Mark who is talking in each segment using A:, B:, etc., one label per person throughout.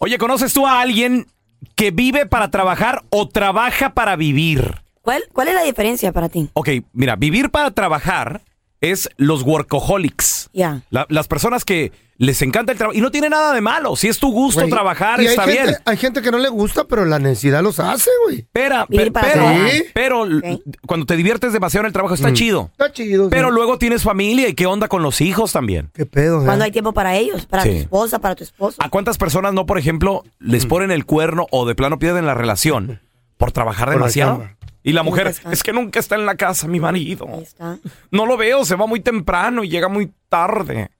A: Oye, ¿conoces tú a alguien que vive para trabajar o trabaja para vivir?
B: ¿Cuál, ¿Cuál es la diferencia para ti?
A: Ok, mira, vivir para trabajar es los workaholics.
B: Ya.
A: La- las personas que les encanta el trabajo. Y no tiene nada de malo. Si es tu gusto
C: Güey,
A: trabajar,
C: y hay
A: está
C: gente-
A: bien.
C: Hay gente que no le gusta, pero la necesidad los hace, güey.
A: Pero,
B: Vivir
A: pe-
B: para
A: pero,
B: trabajar.
C: ¿Sí? Mm.
A: pero l- cuando te diviertes demasiado en el trabajo está chido.
C: Está chido.
A: Pero
C: sí.
A: luego tienes familia y qué onda con los hijos también.
C: ¿Qué pedo, güey?
B: Cuando hay tiempo para ellos, para
A: Sí.
B: tu esposa, para tu esposo.
A: ¿A cuántas personas no, por ejemplo,
C: Mm.
A: les ponen el cuerno o de plano pierden la relación por trabajar
C: Por la
A: demasiado?
C: chamba.
A: Y la mujer,
B: está.
A: es que nunca está en la casa mi marido.
B: Ahí está.
A: No lo veo, se va muy temprano y llega muy tarde.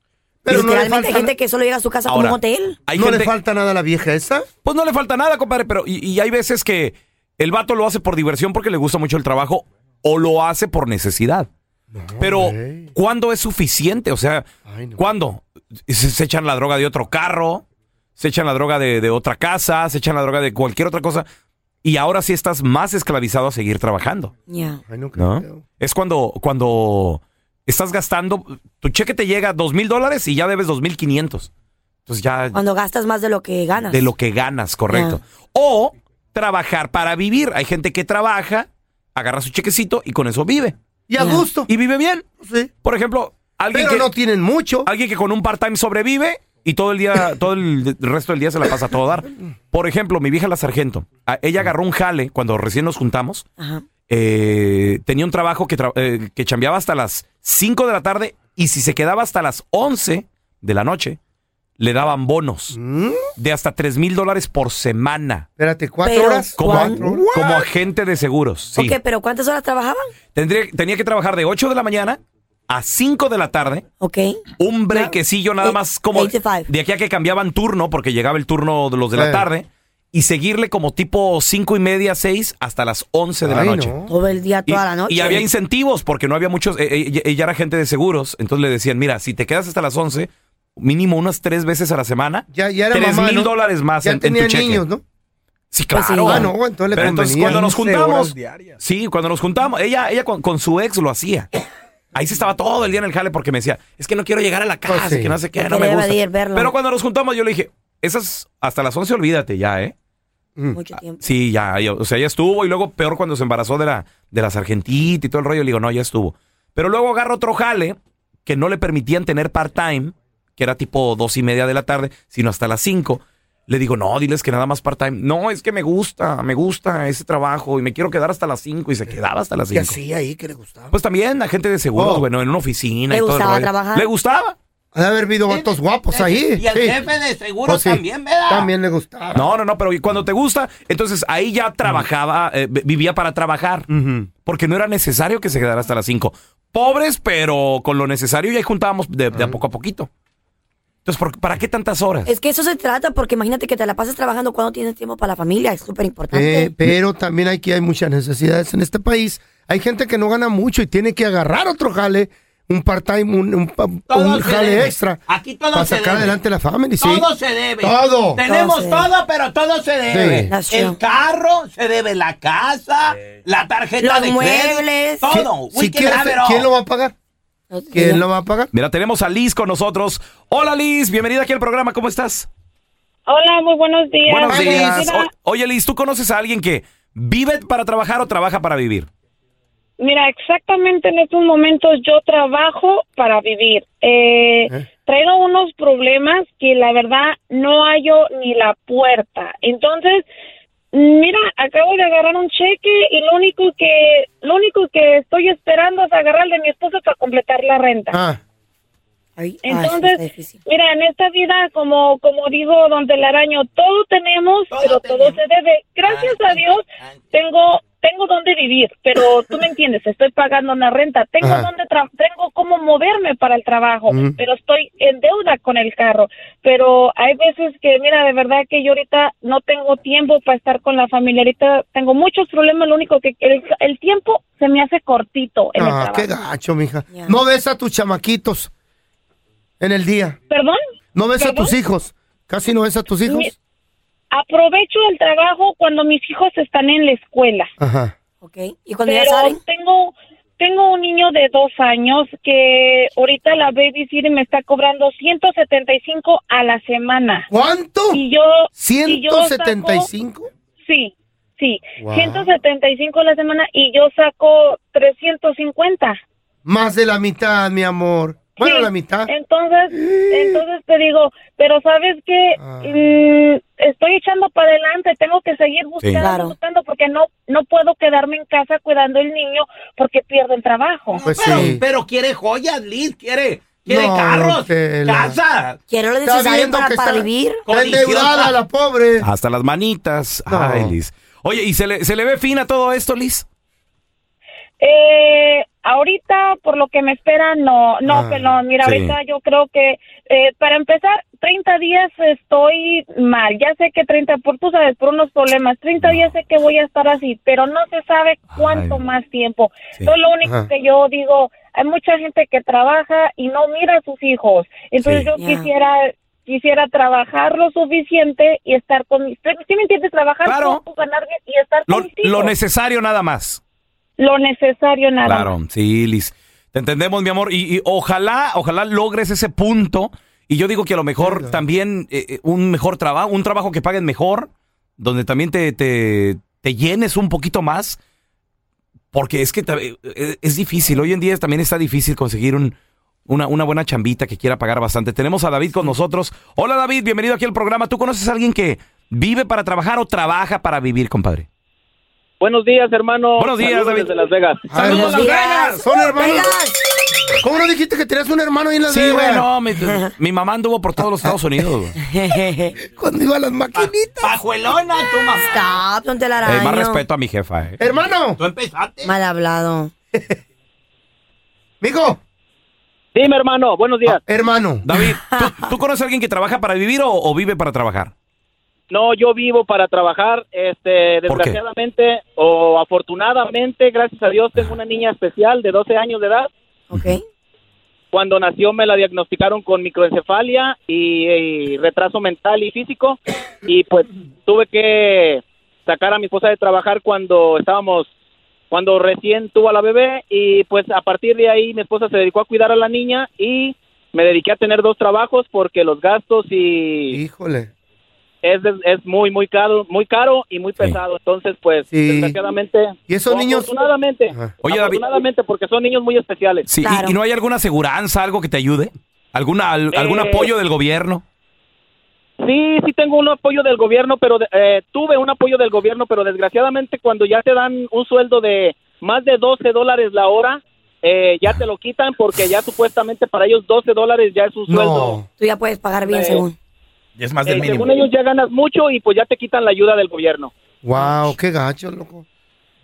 C: Pero no le
B: Literalmente
C: falta,
B: hay gente que solo llega a su casa como
A: Ahora,
B: un hotel.
A: Hay
C: no
A: gente,
C: le falta nada a la vieja esa.
A: pues no le falta nada, compadre, pero y, y hay veces que el vato lo hace por diversión porque le gusta mucho el trabajo o lo hace por necesidad. Pero
C: güey.
A: ¿cuándo es suficiente? O sea,
C: Ay, no.
A: ¿cuándo? Se, se echan la droga de otro carro, se echan la droga de, de otra casa, se echan la droga de cualquier otra cosa. Y ahora sí estás más esclavizado a seguir trabajando,
B: Ya.
C: Ay, no, qué
A: ¿no?
C: pedo.
A: Es cuando, cuando estás gastando, tu cheque te llega a dos mil dólares y ya debes dos mil quinientos. Entonces ya
B: Cuando gastas más de lo que ganas.
A: de lo que ganas, correcto. O trabajar para vivir. Hay gente que trabaja, agarra su chequecito y con eso vive.
C: Y a
B: Ya.
C: gusto.
A: Y vive bien.
C: Sí.
A: Por ejemplo, alguien
C: Pero
A: que,
C: no tienen mucho.
A: alguien que con un part-time sobrevive y todo el día, todo el resto del día se la pasa a todo dar. Por ejemplo, mi vieja la sargento, a- ella agarró un jale cuando recién nos juntamos.
B: Ajá.
A: eh, tenía un trabajo que, tra- eh, que chambeaba hasta las 5 de la tarde y si se quedaba hasta las 11 de la noche, le daban bonos
C: Mm,
A: de hasta 3 mil dólares por semana
C: Espérate, ¿cuatro
B: Pero,
C: horas?
A: como,
B: ¿Cuál?
C: ¿Cuatro horas?
A: como agente de seguros. Sí.
B: Ok, pero ¿cuántas horas trabajaban?
A: Tendría, tenía que trabajar de 8 de la mañana a 5 de la tarde.
B: Ok.
A: Un brequecillo nada
B: Eight-
A: más como
B: eight to five.
A: de aquí a que cambiaban turno, porque llegaba el turno de los de la
C: Eh.
A: tarde, y seguirle como tipo 5 y media, 6 hasta las 11 de la
C: Ay,
A: noche.
C: no.
B: Todo el día,
A: Y,
B: toda la noche.
A: y había incentivos porque no había muchos. eh, eh, Ella, era gente de seguros, entonces le decían: Mira, si te quedas hasta las 11, mínimo unas tres veces a la semana,
C: Ya, ya era
A: tres
C: mamá,
A: mil
C: ¿no?
A: dólares más
C: Ya
A: en, en
C: tenía
A: tu cheque.
C: niños, ¿no?
A: Sí,
B: Pues sí.
A: claro.
C: Ah, no, entonces le
A: Pero entonces
C: convenía
A: cuando nos
C: 11 horas
A: juntamos.
C: diarias.
A: Sí, cuando nos juntamos, ella, ella con, con su ex lo hacía. Ahí sí estaba todo el día en el jale porque me decía, es que no quiero llegar a la casa,
C: Pues sí.
A: que no sé qué,
B: No
A: no me
B: quería
A: gusta.
B: evadir, verlo.
A: Pero cuando nos juntamos, yo le dije, esas hasta las 11 olvídate ya, ¿eh?
C: Mm.
B: Mucho tiempo.
A: Sí, ya, ya, o sea, ya estuvo. Y luego, peor cuando se embarazó de la, de la sargentita y todo el rollo, le digo, no, ya estuvo. Pero luego agarro otro jale que no le permitían tener part-time, que era tipo dos y media de la tarde, sino hasta las cinco. Le digo, no, diles que nada más part-time. No, es que me gusta, me gusta ese trabajo y me quiero quedar hasta las cinco. Y se quedaba hasta las
C: ¿Qué
A: cinco.
C: hacía ahí que le gustaba?
A: Pues también la gente de seguros,
C: Oh.
A: bueno, en una oficina
B: ¿Le
A: y todo el
B: gustaba
A: rollo.
B: trabajar?
A: Le gustaba.
C: Ha de haber habido vatos guapos Pues ahí.
D: Y el
C: sí.
D: jefe de seguros
C: Pues sí,
D: también, ¿verdad?
C: También le gustaba.
A: No, no, no, pero cuando te gusta, entonces ahí ya trabajaba, eh, vivía para trabajar.
C: Ujú.
A: porque no era necesario que se quedara hasta las 5. Pobres, pero con lo necesario y ahí juntábamos de, de a poco a poquito. Entonces, ¿por- ¿para qué tantas horas?
B: Es que eso se trata porque imagínate que te la pasas trabajando cuando tienes tiempo para la familia. Es súper importante.
C: Eh, pero también aquí hay muchas necesidades en este país. Hay gente que no gana mucho y tiene que agarrar otro jale, un part-time, un, un pa-
D: Todo
C: un
D: se
C: jale
D: debe.
C: extra.
D: Aquí todo
C: Para
D: se
C: sacar
D: debe.
C: adelante la family, sí.
D: Todo se debe.
C: Todo.
D: Tenemos
B: Todo se
D: todo,
B: debe.
D: pero todo se
C: Sí.
D: debe.
B: That's true.
D: El carro se debe, la casa, la tarjeta
B: Los
D: de
B: muebles.
D: crédito, todo.
C: Si
A: ah,
D: We can
C: quieres,
D: have it all.
C: ¿Quién lo va a pagar?
B: No-
C: ¿Quién lo va a pagar?
A: Mira, tenemos a Liz con nosotros. Hola Liz, bienvenida aquí al programa, ¿cómo estás?
E: Hola, muy buenos días.
A: Buenos
C: Liz.
A: días.
E: Mira,
A: O- oye Liz, ¿tú conoces a alguien que vive para trabajar o trabaja para vivir?
E: mira, exactamente en estos momentos yo trabajo para vivir. Eh,
C: ¿Eh?
E: Traigo unos problemas que la verdad no hallo ni la puerta. Entonces, mira, acabo de agarrar un cheque y lo único que, lo único que estoy esperando es agarrar el de mi esposo para completar la renta.
C: Ah,
B: Ay, ay, sí, está
E: Entonces,
B: difícil.
E: mira, en esta vida, como como digo, don Telaraño, todo tenemos,
D: Todo
E: pero todo
D: tenemos.
E: se debe. Gracias
D: Ah,
E: a Dios,
D: ah,
E: tengo tengo dónde vivir, pero tú me entiendes, estoy pagando una renta, tengo
C: Ajá. Mm.
E: dónde tra- tengo cómo moverme para el trabajo,
C: Ujú.
E: pero estoy en deuda con el carro, pero hay veces que mira, de verdad que yo ahorita no tengo tiempo para estar con la familia, ahorita tengo muchos problemas, lo único que el, el tiempo se me hace cortito en el
C: Ah,
E: trabajo.
C: qué gacho, mija.
B: Ya.
C: No ves a tus chamaquitos en el día.
E: ¿Perdón?
C: No ves a
E: ¿Perdón?
C: tus hijos. Casi no ves a tus hijos.
E: Mi- Aprovecho el trabajo cuando mis hijos están en la escuela.
C: Ajá.
B: Ok. Y cuando ya
E: Pero
B: salen,
E: Tengo, tengo un niño de dos años que ahorita la babysitter me está cobrando 175 a la semana.
C: ¿Cuánto?
E: Y yo. y yo saco-
C: ¿175?
E: sí, sí.
C: Wow.
E: 175 a la semana y yo saco 350.
C: Más de la mitad, mi amor. Bueno,
E: Sí,
C: la mitad.
E: Entonces, entonces te digo, pero sabes que
C: Ah.
E: estoy echando para adelante, tengo que seguir buscando,
B: Claro.
E: buscando porque no no puedo quedarme en casa cuidando el niño porque pierdo el trabajo.
C: Pues
D: pero,
C: sí.
D: pero quiere joyas, Liz, quiere, quiere
C: No,
D: carros,
C: Tela.
D: casa.
B: quiero lo
C: Está
B: necesario
C: viendo
B: para,
C: que
B: para
C: está,
B: vivir.
C: está endeudada la pobre.
A: Hasta las manitas.
C: No.
A: Ay, Liz. Oye, ¿y se le, se le ve fina todo esto, Liz?
E: Eh, ahorita, por lo que me espera, no, no,
C: Ah,
E: pelón. Mira,
A: sí.
E: ahorita yo creo que, eh, para empezar, 30 días estoy mal. Ya sé que 30, por tú sabes, por unos problemas. 30 días sé que voy a estar así, pero no se sabe cuánto
A: Ay, no.
E: más tiempo.
A: Sí.
E: Todo lo único
C: Ajá.
E: que yo digo, hay mucha gente que trabaja y no mira a sus hijos. Entonces
A: Sí.
E: yo
B: Ya.
E: quisiera quisiera trabajar lo suficiente y estar con mis... ¿Sí me entiendes? Trabajar
A: Claro.
E: poco, ganar bien y estar
A: Lo,
E: con mis hijos.
A: lo necesario nada más.
E: Lo necesario nada más.
A: Claro, sí, Liz. Te entendemos, mi amor. Y, y ojalá, ojalá logres ese punto. Y yo digo que a lo mejor también eh, eh, un mejor trabajo, un trabajo que paguen mejor, donde también te, te, te llenes un poquito más. Porque es que ta- eh, eh, es difícil. Hoy en día también está difícil conseguir un, una, una buena chambita que quiera pagar bastante. Tenemos a David con nosotros. Hola, David. Bienvenido aquí al programa. ¿Tú conoces a alguien que vive para trabajar o trabaja para vivir, compadre?
F: Buenos días, hermano.
A: Buenos días,
F: Saludos
A: David.
F: Desde Las Vegas.
C: Ay,
A: ¡Saludos,
C: Las
A: Vegas!
C: Son hermanos.
B: Vegas.
C: ¿Cómo no dijiste que tenías un hermano ahí en las
A: Sí,
C: Vegas?
A: bueno, mi, mi mamá anduvo por todos los Estados Unidos. güey.
C: Cuando iba a las maquinitas.
D: Pajuelona, tu mamá.
B: Stop, don
A: Eh,
B: telaraño.
A: más respeto a mi jefa, eh.
C: Hermano,
D: Tú empezaste.
B: Mal hablado.
C: mijo, Ah,
F: Dime, hermano. Buenos días.
C: hermano.
A: David, ¿tú, tú conoces a alguien que trabaja para vivir o, o vive para trabajar?
F: No, yo vivo para trabajar. Este,
A: ¿Por qué?
F: desgraciadamente o afortunadamente, gracias a Dios, tengo una niña especial de 12 años de edad.
B: Ok.
F: Cuando nació me la diagnosticaron con microencefalia y, y retraso mental y físico y pues tuve que sacar a mi esposa de trabajar cuando estábamos cuando recién tuvo a la bebé y pues a partir de ahí mi esposa se dedicó a cuidar a la niña y me dediqué a tener dos trabajos porque los gastos y
C: Híjole.
F: es, es muy muy caro muy caro y muy
A: Sí.
F: pesado entonces pues
C: Sí.
F: desgraciadamente
C: ¿Y esos
F: o
C: niños?
F: afortunadamente
C: Ajá.
A: Oye, David-
F: afortunadamente, porque son niños muy especiales
A: Sí, y-
B: Claro.
A: y, no hay alguna aseguranza, algo que te ayude? ¿Alguna, al- ¿Algún
F: Eh.
A: apoyo del gobierno?
F: Sí, sí tengo un apoyo del gobierno, pero de- eh, tuve un apoyo del gobierno, pero desgraciadamente cuando ya te dan un sueldo de más de 12 dólares la hora, eh, ya te lo quitan porque ya supuestamente para ellos 12 dólares ya es un sueldo.
C: No.
B: Tú ya puedes pagar bien,
F: Eh,
B: según.
A: Es más
F: Eh, según ellos ya ganas mucho y pues ya te quitan la ayuda del gobierno.
C: Wow, qué gacho, loco.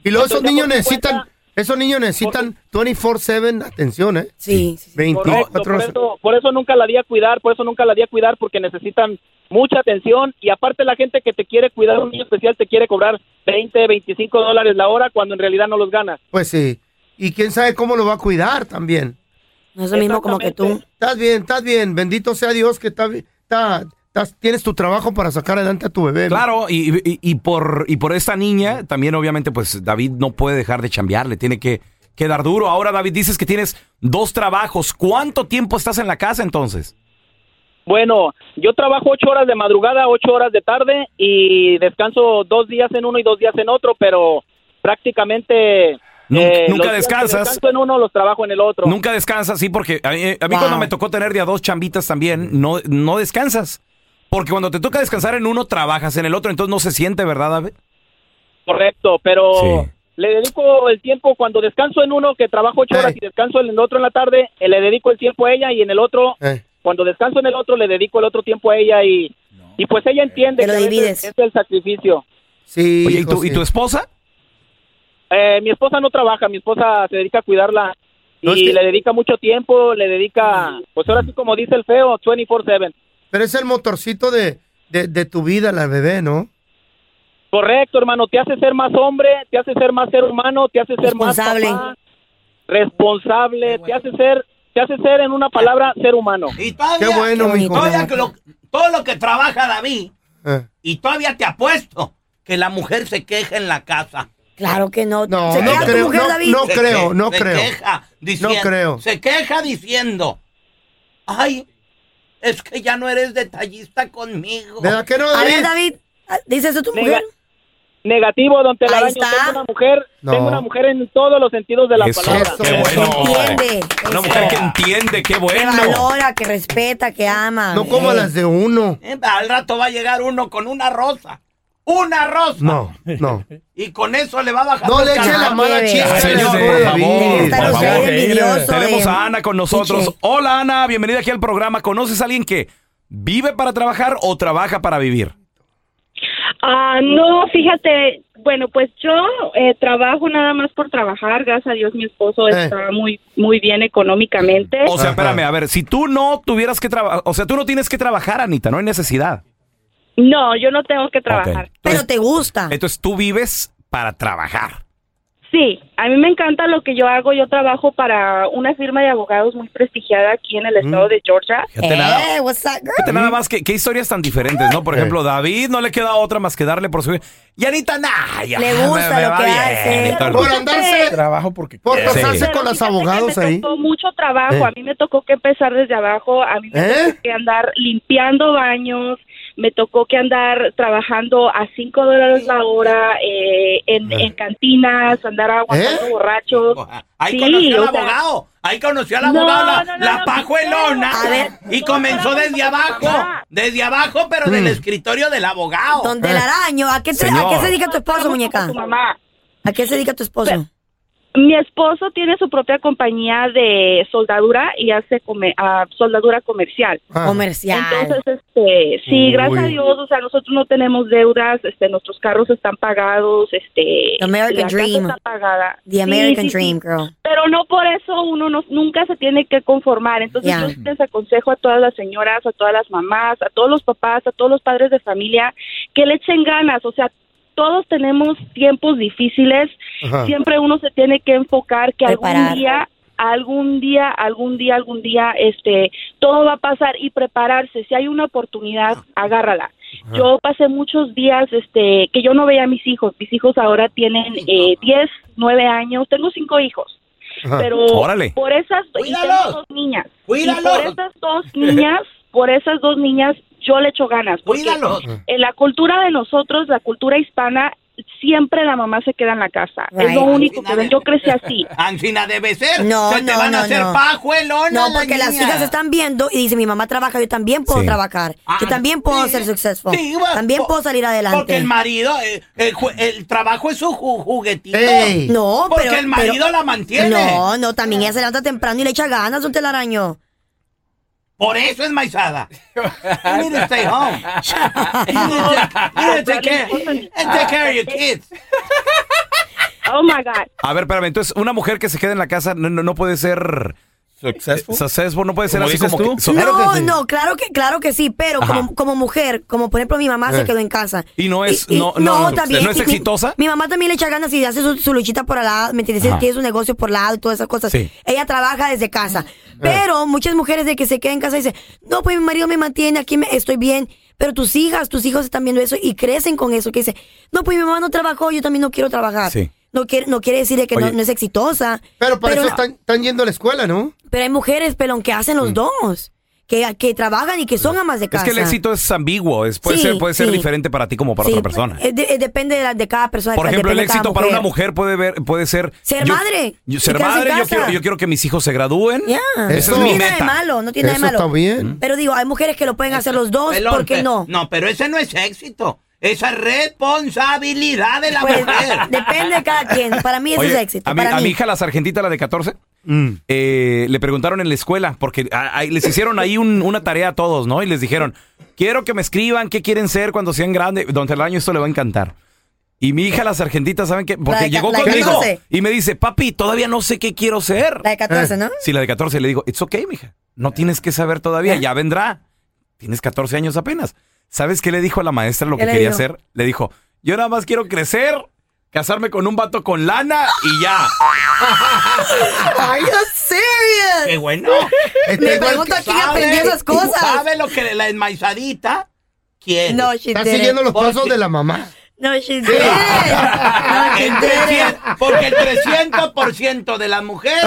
C: Y luego esos
F: Entonces,
C: niños
F: por
C: necesitan,
F: cuenta-
C: esos niños necesitan 24-7 atención, ¿eh?
B: Sí, sí, sí.
F: Correcto, por
C: 24
F: eso, por eso nunca la di a cuidar, por eso nunca la di a cuidar porque necesitan mucha atención y aparte la gente que te quiere cuidar un niño especial te quiere cobrar 20, 25 dólares la hora cuando en realidad no los ganas.
C: Pues sí. Y quién sabe cómo lo va a cuidar también.
B: No es lo mismo como que tú.
F: Exactamente.
C: Estás bien, estás bien. Bendito sea Dios que está, bi- está- estás- tienes tu trabajo para sacar adelante a tu bebé.
A: Claro, y, y- y por, y por esta niña también obviamente pues David no puede dejar de chambearle, tiene que, que dar duro. Ahora David dices que tienes dos trabajos. ¿Cuánto tiempo estás en la casa entonces?
F: Bueno, yo trabajo ocho horas de madrugada, ocho horas de tarde y descanso dos días en uno y dos días en otro, pero prácticamente
A: Nunca- nunca
F: Eh, los días que
A: descansas.
F: descanso en uno, los trabajo en el otro.
A: Nunca descansas, sí, porque a, mí- a mí
B: Wow.
A: cuando me tocó tener de a dos chambitas también, no, no descansas. Porque cuando te toca descansar en uno, trabajas en el otro, entonces no se siente, ¿verdad, David?
F: Correcto, pero
A: Sí.
F: le dedico el tiempo cuando descanso en uno que trabajo ocho
C: Ey.
F: horas y descanso en el otro en la tarde, eh, le dedico el tiempo a ella y en el otro
C: Eh,
F: cuando descanso en el otro le dedico el otro tiempo a ella y y pues ella entiende
B: Te lo
F: que a veces
B: divides.
F: es el sacrificio.
C: sí.
A: Oye, ¿y
C: hijo,
A: tu, y
C: sí.
A: tu esposa?
F: Eh, mi esposa no trabaja, mi esposa se dedica a cuidarla y
C: No, es que-
F: le dedica mucho tiempo, le dedica, pues ahora sí como dice el feo, 24/7.
C: Pero es el motorcito de, de, de tu vida, la bebé, ¿no?
F: Correcto, hermano, te hace ser más hombre, te hace ser más ser humano, te hace ser más
B: Responsable.
F: papá, responsable, te hace ser te hace ser en una palabra ser humano.
D: Y todavía,
C: Qué bueno,
D: y
C: mijo.
D: todavía que lo- todo lo que trabaja David,
C: Eh.
D: y todavía te apuesto que la mujer se queja en la casa.
B: Claro que no.
C: No,
B: Se
C: no
B: queda tu
C: creo,
B: mujer,
C: no,
B: David.
C: no.
D: Se
C: creo,
D: que-
C: no
D: se
C: creo.
D: Queja diciendo,
C: No creo.
D: Se queja diciendo, ay, es que ya no eres detallista conmigo.
C: ¿Verdad que no,
B: A
C: David?
B: ver, David, ah, ¿dice eso tu
F: Nega-
B: mujer?
F: negativo, don Telaraño,
B: Ahí está.
F: tengo una mujer,
C: No.
F: tengo una mujer en todos los sentidos de la
A: Eso,
F: palabra.
C: Eso.
A: qué bueno.
B: Entiende.
A: Una
B: Eso.
A: mujer que entiende, qué
B: Que
A: bueno.
B: valora, que respeta, que ama.
C: No como
B: Eh.
C: las de uno.
D: Eh, Al rato va a llegar uno con una rosa. ¡Una rosa!
C: No, no.
D: Y con eso le va a bajar
C: No
D: los
C: le eche la
D: calzones.
C: mala
B: Lleve.
C: chispa.
A: Señores,
C: al
A: por
C: pobre
A: favor,
C: David.
A: por
B: Está
A: favor.
B: usted envidioso.
A: Tenemos
B: eh.
A: a Ana con nosotros.
B: Piche.
A: Hola Ana, bienvenida aquí al programa. ¿Conoces a alguien que vive para trabajar o trabaja para vivir?
G: Ah, no, fíjate, bueno, pues yo eh, trabajo nada más por trabajar, gracias a Dios mi esposo
C: Eh.
G: está muy muy bien económicamente.
A: O
C: Ajá.
A: sea, espérame, a ver, si tú no tuvieras que trabajar, o sea, tú no tienes que trabajar, Anita, no hay necesidad.
G: No, yo no tengo que trabajar.
A: Ok. Pues-
B: Pero te gusta.
A: Entonces tú vives para trabajar.
G: Sí, a mí me encanta lo que yo hago, yo trabajo para una firma de abogados muy prestigiada aquí en el estado de Georgia.
A: Mm. Fíjate nada.
B: Eh, what's up, girl?
A: Fíjate nada más que, qué historias tan diferentes, ¿no? Por
C: Sí.
A: ejemplo, David no le queda otra más que darle por su vida. Y Anita, nah, ya,
B: Le gusta lo
A: va
B: que
A: bien
B: hace.
A: y todo el-
C: Por andarse,
H: Trabajo porque
C: por
A: Sí.
C: casarse
G: Pero
C: con los
G: fíjate que
C: abogados
G: me
C: ahí.
G: tocó mucho trabajo,
C: Eh.
G: a mí me tocó que empezar desde abajo, a mí me
C: ¿Eh?
G: tocó que andar limpiando baños, me tocó que andar trabajando a cinco dólares la hora eh, en, en cantinas, andar aguantando
C: ¿Eh?
G: borrachos.
D: Ahí
G: Sí,
D: conoció al
G: o sea-
D: abogado. Ahí conoció al
G: No,
D: abogado, la,
G: no, no,
D: la
G: no,
D: pajuelona.
G: no.
B: A ver.
D: y comenzó desde abajo.
G: Mamá.
D: Desde abajo, pero del escritorio del abogado.
B: Don
C: Eh.
B: Telaraño, ¿a qué, te-
A: Señor.
B: ¿a qué se dedica tu esposo, muñeca?
G: Tu mamá.
B: ¿A qué se dedica tu esposo?
G: Mi esposo tiene su propia compañía de soldadura y hace come- ah, soldadura comercial.
C: Ah,
B: Comercial.
G: Entonces, este, sí,
C: Uy.
G: gracias a Dios, o sea, nosotros no tenemos deudas, este, nuestros carros están pagados, este,
B: The American
G: la casa
B: Dream.
G: está pagada. Sí,
B: The American
G: sí, sí.
B: Dream, girl.
G: Pero no por eso uno no- nunca se tiene que conformar. Entonces
B: Ya.
G: yo les aconsejo a todas las señoras, a todas las mamás, a todos los papás, a todos los padres de familia que le echen ganas. O sea, todos tenemos tiempos difíciles.
C: ajá.
G: Siempre uno se tiene que enfocar que
B: Preparar.
G: algún día algún día, algún día, algún día, este, todo va a pasar y prepararse. Si hay una oportunidad, agárrala. Yo pasé muchos días, este, que yo no veía a mis hijos. Mis hijos ahora tienen eh, 10, 9 años. Tengo cinco hijos
C: Ajá.
G: pero
A: Órale.
G: por esas y
D: Cuídalos.
G: tengo dos niñas
D: Cuídalos.
G: y por esas dos niñas por esas dos niñas yo le echo ganas porque
D: Cuídalos.
G: en la cultura de nosotros la cultura hispana siempre la mamá se queda en la casa es lo
B: Right.
G: único que ven. yo crecí así
D: Ancina debe ser.
B: No,
D: Se te
B: no,
D: van a
B: no,
D: hacer
B: no.
D: pajuelona.
B: No,
D: la
B: porque las
D: niña.
B: hijas están viendo y dicen, mi mamá trabaja, yo también puedo
A: Sí.
B: trabajar. Yo
D: Ah,
B: también puedo
D: sí,
B: ser successful.
D: sí, bueno,
B: también
D: po-
B: puedo salir
D: Porque
B: adelante.
D: el marido, eh, el, ju- el trabajo es su ju- juguetito.
C: Ey.
B: No,
D: Porque
B: pero-
D: el marido
B: pero-
D: la mantiene.
B: No, no, también ella se levanta temprano y le echa ganas, un telaraño.
D: Por eso es maizada. You need to stay home. You need to- you need to take care, and take care of your kids.
G: oh my god
A: A ver, espérame, entonces una mujer que se queda en la casa no, no, no puede ser
H: successful.
A: successful, no puede ser
H: ¿Cómo
A: así
H: dices
A: como
H: tú?
A: que- so-
C: Claro
B: no,
C: que sí.
B: no, claro que, claro que sí, pero
A: Ajá. Eh.
B: como, como mujer, como por ejemplo mi mamá se quedó en casa.
A: Y no es- no- no,
B: también,
A: ¿no es
B: y mi-
A: exitosa?
B: Mi, mamá también le echa ganas y hace su, su luchita por al lado, ¿me entiendes?
A: Ajá.
B: Tiene su negocio por lado y todas esas cosas.
A: Sí. Eh.
B: Ella trabaja desde casa. Pero muchas mujeres de que se quedan en casa dicen, no, pues mi marido me mantiene, aquí me, estoy bien. Pero tus hijas, tus hijos están viendo eso y crecen con eso, que dicen, no, pues mi mamá no trabajó, yo también no quiero trabajar.
A: Sí.
B: No, quiere, no quiere decir de que no,
A: Oye.
B: no es exitosa.
C: Pero para eso
B: no-
C: están, están yendo a la escuela, ¿no?
B: ¿Eh? pero hay mujeres, pelón, que hacen los dos. Que, que trabajan y que son amas de
A: Mm. Es
B: casa.
A: que el éxito es ambiguo, es- puede,
B: Sí,
A: ser, puede ser
B: sí.
A: diferente para ti como para
B: Sí,
A: otra persona.
B: eh, de- eh, depende de, la- de cada persona.
A: Por
B: de-
A: ejemplo, el
B: depende de cada
A: éxito para una mujer puede ver, puede ser
B: Ser madre,
A: yo-
B: y
A: ser
B: quedarse en
A: madre, yo
B: casa.
A: quiero, yo quiero que mis hijos se gradúen.
B: Ya.
C: Eso es
B: no
C: mi
B: tiene nada de
A: meta. Mm.
B: malo, no tiene nada de
C: Eso
B: malo. Mm.
C: está bien.
B: Pero digo, hay mujeres que lo pueden hacer los dos,
D: Pelón,
B: ¿por qué
D: pe-
B: no?
D: No, pero ese no es éxito. Esa es responsabilidad de la
B: Pues,
D: mujer.
B: depende de cada quien. Para mí eso
A: Oye,
B: es éxito.
A: A mi,
B: para
A: a
B: mí.
A: mi hija, la sargentita, la de 14, eh, le preguntaron en la escuela, porque a- a- les hicieron ahí un- una tarea a todos, ¿no? Y les dijeron, quiero que me escriban qué quieren ser cuando sean grandes. Don Telaraño, esto le va a encantar. Y mi hija, la sargentita, ¿saben qué? Porque
B: de ca-
A: llegó
B: la de
A: conmigo
B: 14.
A: y me dice, papi, todavía no sé qué quiero ser.
B: La de 14, ¿no?
A: Si la de 14 le digo, it's okay, mija. No tienes que saber todavía,
B: Ah.
A: ya vendrá. Tienes 14 años apenas. ¿Sabes qué le dijo a la maestra lo
B: ¿Qué
A: que
B: le
A: quería
B: dijo?
A: hacer? Le dijo, yo nada más quiero crecer, casarme con un vato con lana y ya.
B: Are you serious?
D: Qué bueno.
C: Está
B: Me
C: igual
B: pregunto
C: que-
B: a quién aprendió esas cosas.
D: ¿Sabe lo que la enmaizadita quiere?
B: No, she
C: Está
B: didn't.
C: siguiendo los
D: Porque-
C: pasos de la mamá.
B: No, she didn't. No, she
D: El
B: didn't.
D: 300 porque el 300% de las mujeres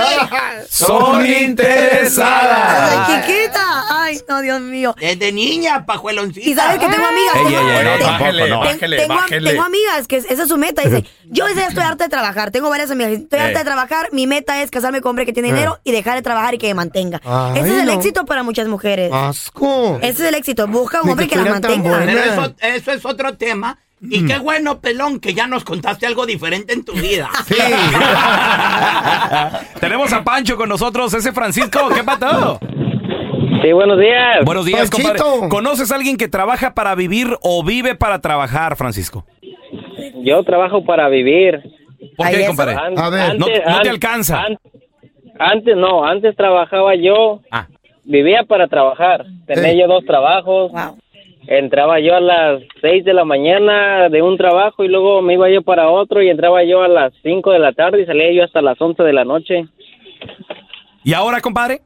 A: Son
B: Ay,
A: interesadas.
B: chiquita. Ay, no, Dios mío.
D: Ah. desde niña, pajueloncita. Ah.
B: Y sabes que tengo amigas.
A: Ey,
B: tengo-
A: ey, ey, no,
B: tengo-
A: tampoco, no.
B: Ten- tengo, am- tengo amigas que esa es su meta. Dice, yo dice, estoy harta de trabajar. Tengo varias amigas. que dicen, Estoy
C: Eh.
B: harta de trabajar. Mi meta es casarme con hombre que tiene dinero y dejar de trabajar y que me mantenga.
C: Ay,
B: Ese es el
C: no.
B: éxito para muchas mujeres.
C: Asco.
B: Ese es el éxito. Busca un
C: Ni
B: hombre
C: que
B: que la
C: fuera tan
B: mantenga.
C: buena.
D: Pero eso, eso es otro tema.
A: Mm.
D: Y qué bueno, Pelón, que ya nos contaste algo diferente en tu vida.
C: Sí.
A: Tenemos a Pancho con nosotros, ese Francisco, ¿qué patado?
I: Sí, buenos días.
A: Buenos días, compadre.
C: Panchito.
A: ¿Conoces a alguien que trabaja para vivir o vive para trabajar, Francisco?
I: Yo trabajo para vivir.
A: ¿Por
B: Ay,
A: qué,
B: eso.
A: compadre?
I: An-
C: A ver,
A: no- no te
I: an-
A: alcanza.
I: an- antes no, antes trabajaba yo,
A: Ah,
I: vivía para trabajar. Tenía
C: Eh.
I: yo dos trabajos.
B: Wow.
I: Entraba yo a las 6 de la mañana de un trabajo y luego me iba yo para otro y entraba yo a las 5 de la tarde y salía yo hasta las 11 de la noche.
A: ¿y ahora, compadre?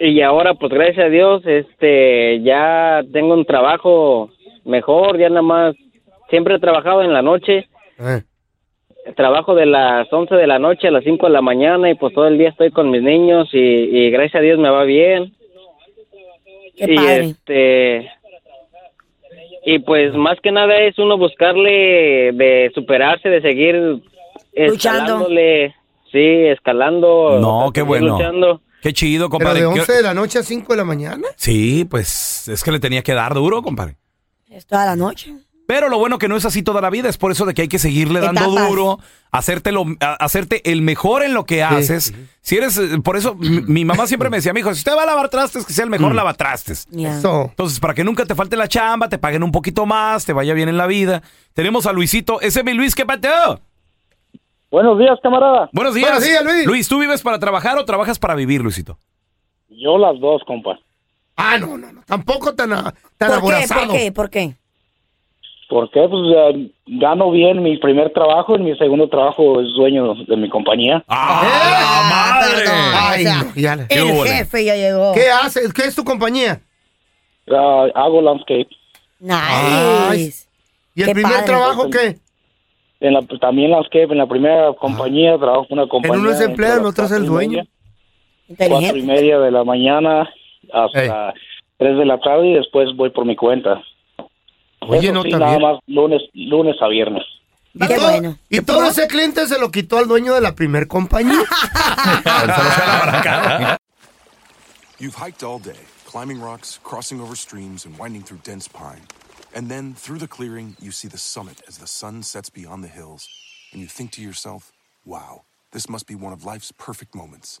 I: Y ahora, pues gracias a Dios, este, ya tengo un trabajo mejor, ya nada más, siempre he trabajado en la noche,
C: Eh,
I: trabajo de las 11 de la noche a las 5 de la mañana y pues todo el día estoy con mis niños y, y gracias a Dios me va bien.
B: Qué
I: y
B: padre.
I: este y pues más que nada es uno buscarle de superarse, de seguir
B: Luchando.
I: escalándole, sí, escalando.
A: No,
I: o sea,
A: qué
I: seguir
A: bueno.
I: luchando.
A: Qué chido,
C: Pero
A: compadre.
C: de
A: ¿Qué-
C: 11 de la noche a 5 de la mañana.
A: Sí, pues es que le tenía que dar duro, compadre.
B: Es toda la noche.
A: Pero lo bueno que no es así toda la vida, es por eso de que hay que seguirle dando
B: Etapas.
A: duro, hacerte, lo- a- hacerte el mejor en lo que haces. Si eres, eh, por eso mi, mi mamá siempre me decía, mijo, si usted va a lavar trastes, que sea el mejor lavatrastes.
B: Ya.
C: Mm. Eso.
A: Entonces, para que nunca te falte la chamba, te paguen un poquito más, te vaya bien en la vida. Tenemos a Luisito. Ese es mi Luis, ¿qué pateo?
I: Buenos días, camarada.
A: Buenos días.
C: Buenos días, Luis.
A: Luis, ¿tú vives para trabajar o trabajas para vivir, Luisito?
I: Yo las dos, compa.
C: Ah, no, no, no. Tampoco tan, a- tan
B: ¿Por qué?
C: aborazado.
B: ¿Por qué? ¿Por qué?
I: ¿Por qué? Pues eh, gano bien mi primer trabajo y mi segundo trabajo es dueño de mi compañía.
A: ¡Ah,
B: Ah, perdón,
C: Ay,
B: o sea,
C: no, ya la-
A: ¿Qué
B: el
A: hubo, le?
B: jefe ya llegó.
C: ¿Qué haces? ¿Qué es tu compañía?
I: Ah, hago landscape.
C: Ay,
B: Nice.
C: ¿Y el
B: Qué
C: primer
B: padre.
C: trabajo qué?
I: En la, también landscape, en la primera compañía, trabajo con una compañía.
C: uno es empleado, en
I: entre
C: otro
I: las
C: es el
I: cuatro y
C: dueño.
I: media- Cuatro y
B: Inteligente.
I: media de la mañana hasta tres de la tarde y después voy por mi cuenta.
C: Oye,
I: Eso
C: no,
I: sí,
C: está
I: nada
C: bien.
I: más lunes, lunes a viernes.
C: Y
B: Qué
C: todo-
B: bueno.
C: Y todo ese cliente se lo quitó al dueño de la primer compañía.
J: You've hiked all day, climbing rocks, crossing over streams, and winding through dense pine. And then, through the clearing, you see the summit as the sun sets beyond the hills, and you think to yourself, wow, this must be one of life's perfect moments.